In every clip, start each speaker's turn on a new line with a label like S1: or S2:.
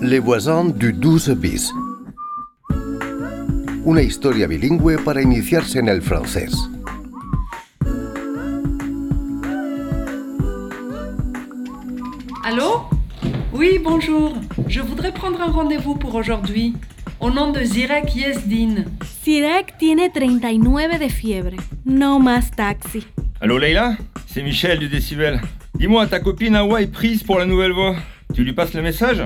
S1: Les voisins du 12 bis. Una historia bilingüe para iniciarse en el francés.
S2: Allô Oui, bonjour. Je voudrais prendre un rendez-vous pour aujourd'hui. Au nom de Zirek Yezdin.
S3: Sirek tiene 39 de fiebre. No más taxi.
S4: Allô Leila C'est Michel du Décibel. Dis-moi, ta copine Hawa est prise pour la nouvelle voix. Tu lui passes le message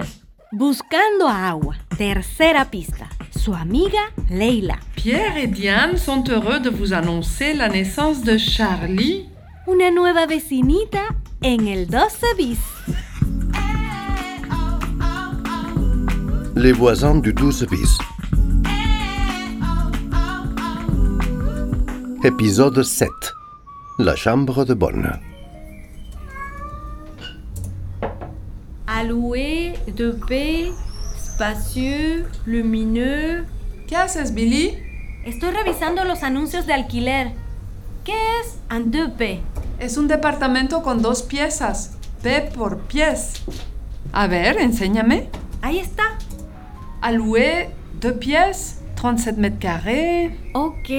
S3: Buscando a agua. Tercera pista. Su amiga Leila.
S2: Pierre et Diane sont heureux de vous annoncer la naissance de Charlie.
S3: Una nueva vecinita en el 12 bis.
S1: Les voisins du 12 bis. Épisode 7. La chambre de bonne.
S3: Alloué, de paix, spacieux, lumineux.
S2: ¿Qué haces, Billy
S3: Estoy revisando los anuncios de alquiler. ¿Qué es Andupe?
S2: Es un departamento con dos piezas. P por pièce. A ver, enséñame.
S3: Ahí está.
S2: Alloué, deux pièces, 37 mètres carrés.
S3: Ok,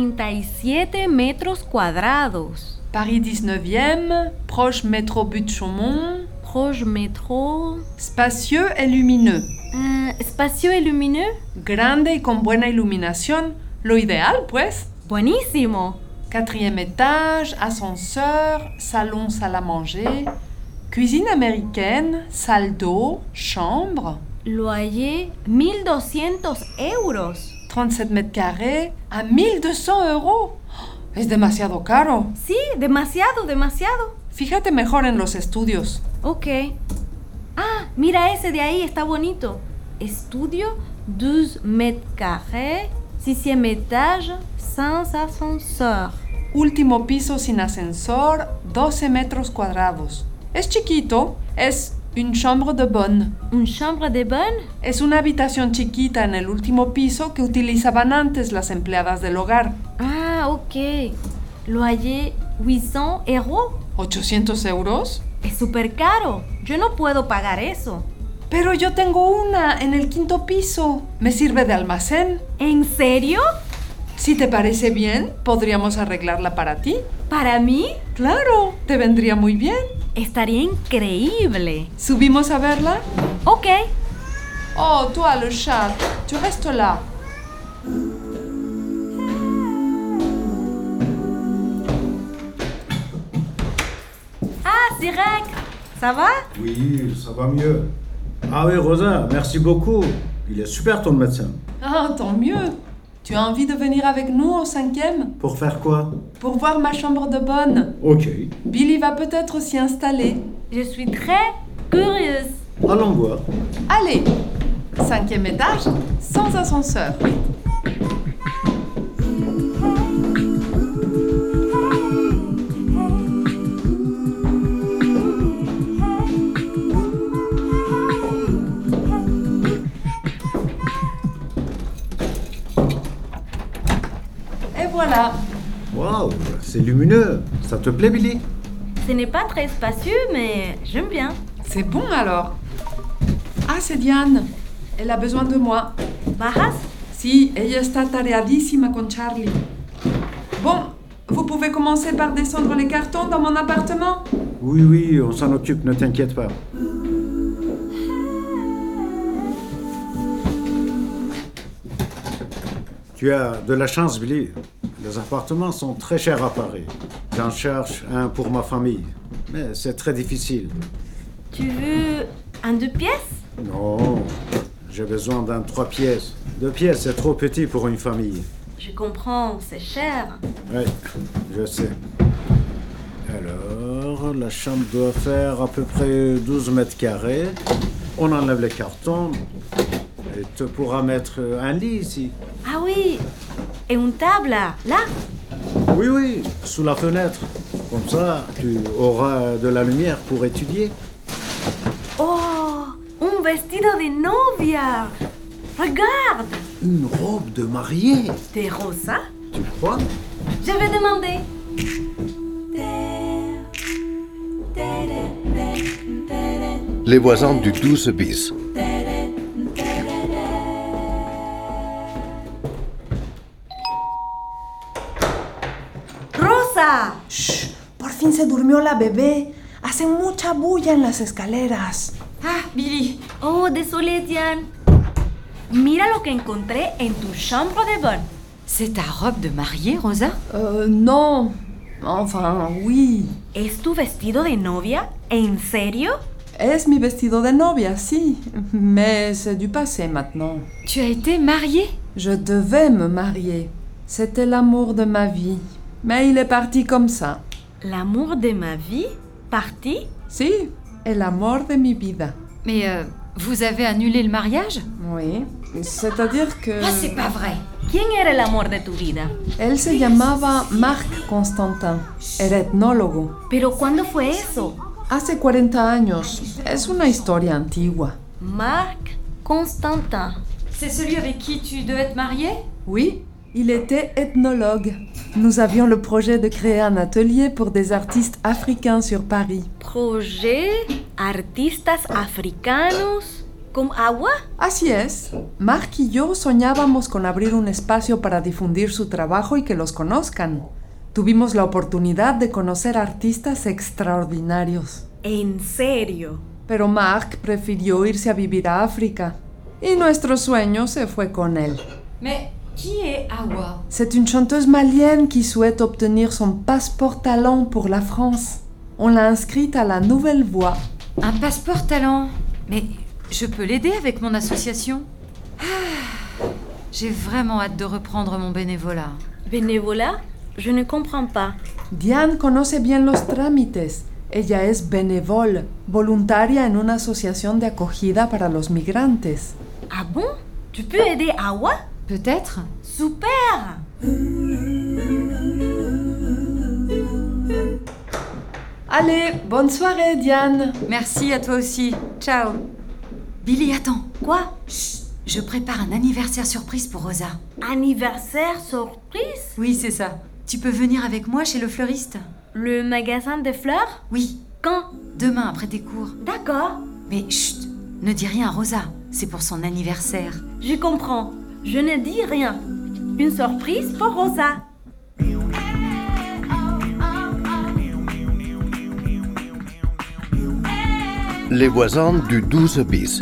S3: 37 metros cuadrados.
S2: Paris 19e, proche métro but Chaumont.
S3: Proche métro.
S2: Spacieux et lumineux.
S3: Eh, espacio y lumineux.
S2: Grande y con buena iluminación. Lo ideal, pues.
S3: Buenísimo.
S2: Quatrième étage, ascenseur, salon, salle à manger, cuisine américaine, salle d'eau, chambre,
S3: Lo hallé 1200 euros.
S2: 37 mètres carrés à 1200 euros. Oh, Es demasiado caro.
S3: Sí, demasiado, demasiado.
S2: Fíjate mejor en los estudios.
S3: Ok. Ah, mira ese de ahí, está bonito. Estudio 12 mètres carrés, sixième étage, sans ascenseur.
S2: Último piso sin ascensor, 12 metros cuadrados. Es chiquito, es une chambre de bonne.
S3: Une chambre de bonne?
S2: Es una habitación chiquita en el último piso que utilizaban antes las empleadas del hogar.
S3: Ah, ok. Lo hallé 800 euros.
S2: ¿800 euros?
S3: Es súper caro. Yo no puedo pagar eso.
S2: Pero yo tengo una en el quinto piso. Me sirve de almacén.
S3: ¿En serio?
S2: Si te parece bien, podríamos arreglarla para ti.
S3: ¿Para mí?
S2: Claro, te vendría muy bien.
S3: Estaría increíble.
S2: ¿Subimos a verla?
S3: Ok.
S2: Oh, toi le chat, tu restes là.
S3: Ah, Sirek, ¿ça va?
S5: Oui, ça va mieux. Ah oui, Rosa, merci beaucoup. Il est super ton médecin.
S2: Ah, tant mieux. Tu as envie de venir avec nous au cinquième
S5: Pour faire quoi
S2: pour voir ma chambre de bonne.
S5: Ok.
S2: Billy va peut-être s'y installer.
S3: Je suis très curieuse.
S5: Allons voir.
S2: Allez, cinquième étage, sans ascenseur. Et voilà.
S5: Waouh, c'est lumineux. Ça te plaît, Billy
S3: Ce n'est pas très spacieux, mais j'aime bien.
S2: C'est bon alors. Ah, c'est Diane. Elle a besoin de moi.
S3: ¿Bajas?
S2: Si, ella está tareadísima con Charlie. Bon, vous pouvez commencer par descendre les cartons dans mon appartement
S5: Oui, oui, on s'en occupe, ne t'inquiète pas. Tu as de la chance, Billy. Les appartements sont très chers à Paris. J'en cherche un pour ma famille. Mais c'est très difficile.
S3: Tu veux un deux pièces?
S5: Non, j'ai besoin d'un trois pièces. Deux pièces, c'est trop petit pour une famille.
S3: Je comprends, c'est cher.
S5: Oui, je sais. Alors, la chambre doit faire à peu près 12 mètres carrés. On enlève les cartons. Et tu pourras mettre un lit ici.
S3: Ah oui, et une table là.
S5: Oui, oui, sous la fenêtre. Comme ça, tu auras de la lumière pour étudier.
S3: Oh, un vestido de novia. Regarde,
S5: Une robe de mariée,
S3: de rosa.
S5: tu crois
S3: Je vais demander.
S1: Les voisins du 12 bis.
S2: Jolene se durmió la bebé. Hacen mucha bulla en las escaleras. Ah, Billy.
S3: Oh, désolé, Diane. Mira lo que encontré en tu chambre de bonne.
S6: C'est ta robe de mariée, Rosa
S2: Euh, non. Enfin, oui.
S3: ¿Es tu vestido de novia? ¿En serio?
S2: Es mi vestido de novia, si. Mais c'est du passé maintenant.
S6: Tu as été mariée
S2: Je devais me marier. C'était l'amour de ma vie. Mais il est parti comme ça.
S3: L'amour de ma vie? Parti?
S2: Si, el amor de mi vida.
S6: Mais euh, vous avez annulé le mariage
S2: Oui. C'est-à-dire que.
S6: Ah, c'est pas vrai
S3: ¿Quién era el amor de tu vida?
S2: Elle se llamaba Marc Constantin. Era etnólogo.
S3: ¿Pero cuándo fue eso?
S2: Hace 40 años. Es una historia antigua.
S3: Marc Constantin.
S6: C'est celui avec qui tu devais te marier
S2: Oui, il était ethnologue. Nous avions le projet de créer un atelier pour des artistes africains sur Paris.
S3: Projet Artistas Africanos. ¿Con agua?
S2: Así es. Mark y yo soñábamos con abrir un espacio para difundir su trabajo y que los conozcan. Tuvimos la oportunidad de conocer artistas extraordinarios.
S3: ¿En serio?
S2: Pero Mark prefirió irse a vivir a África. Y nuestro sueño se fue con él.
S6: Mais qui est Awa
S2: C'est une chanteuse malienne qui souhaite obtenir son passeport talent pour la France. On l'a inscrite à la Nouvelle Voie.
S6: Un passeport talent Mais je peux l'aider avec mon association Ah, J'ai vraiment hâte de reprendre mon bénévolat.
S3: ¿Benévola? Je ne comprends pas.
S2: Diane conoce bien los trámites. Ella es benevol, voluntaria en una asociación de acogida para los migrantes.
S3: Ah bon? Tu peux aider Awa?
S6: Peut-être
S3: Super!
S2: Allez, bonne soirée, Diane.
S6: Merci à toi aussi. Ciao. Billy, attends.
S3: Quoi?
S6: Chut, je prépare un anniversaire surprise pour Rosa.
S3: Anniversaire surprise?
S6: Oui, c'est ça. Tu peux venir avec moi chez le fleuriste
S3: Le magasin de fleurs?
S6: Oui,
S3: Quand?
S6: demain après tes cours.
S3: D'accord.
S6: Mais chut, ne dis rien à Rosa. C'est pour son anniversaire.
S3: Je comprends. Je ne dis rien. Une surprise pour Rosa.
S1: Les voisins du 12 bis.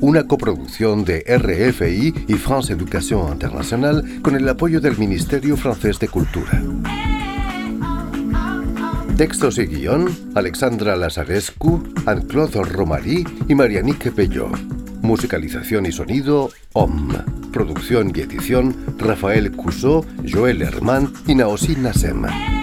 S1: Una coproducción de RFI y France Education Internacional con el apoyo del Ministerio Francés de Cultura. Textos y guión, Alexandra Lazarescu, Anne-Claude Romary y Marianique Pellot. Musicalización y sonido, OM. Producción y edición, Rafael Cusó, Joel Herman y Naosin Nassem.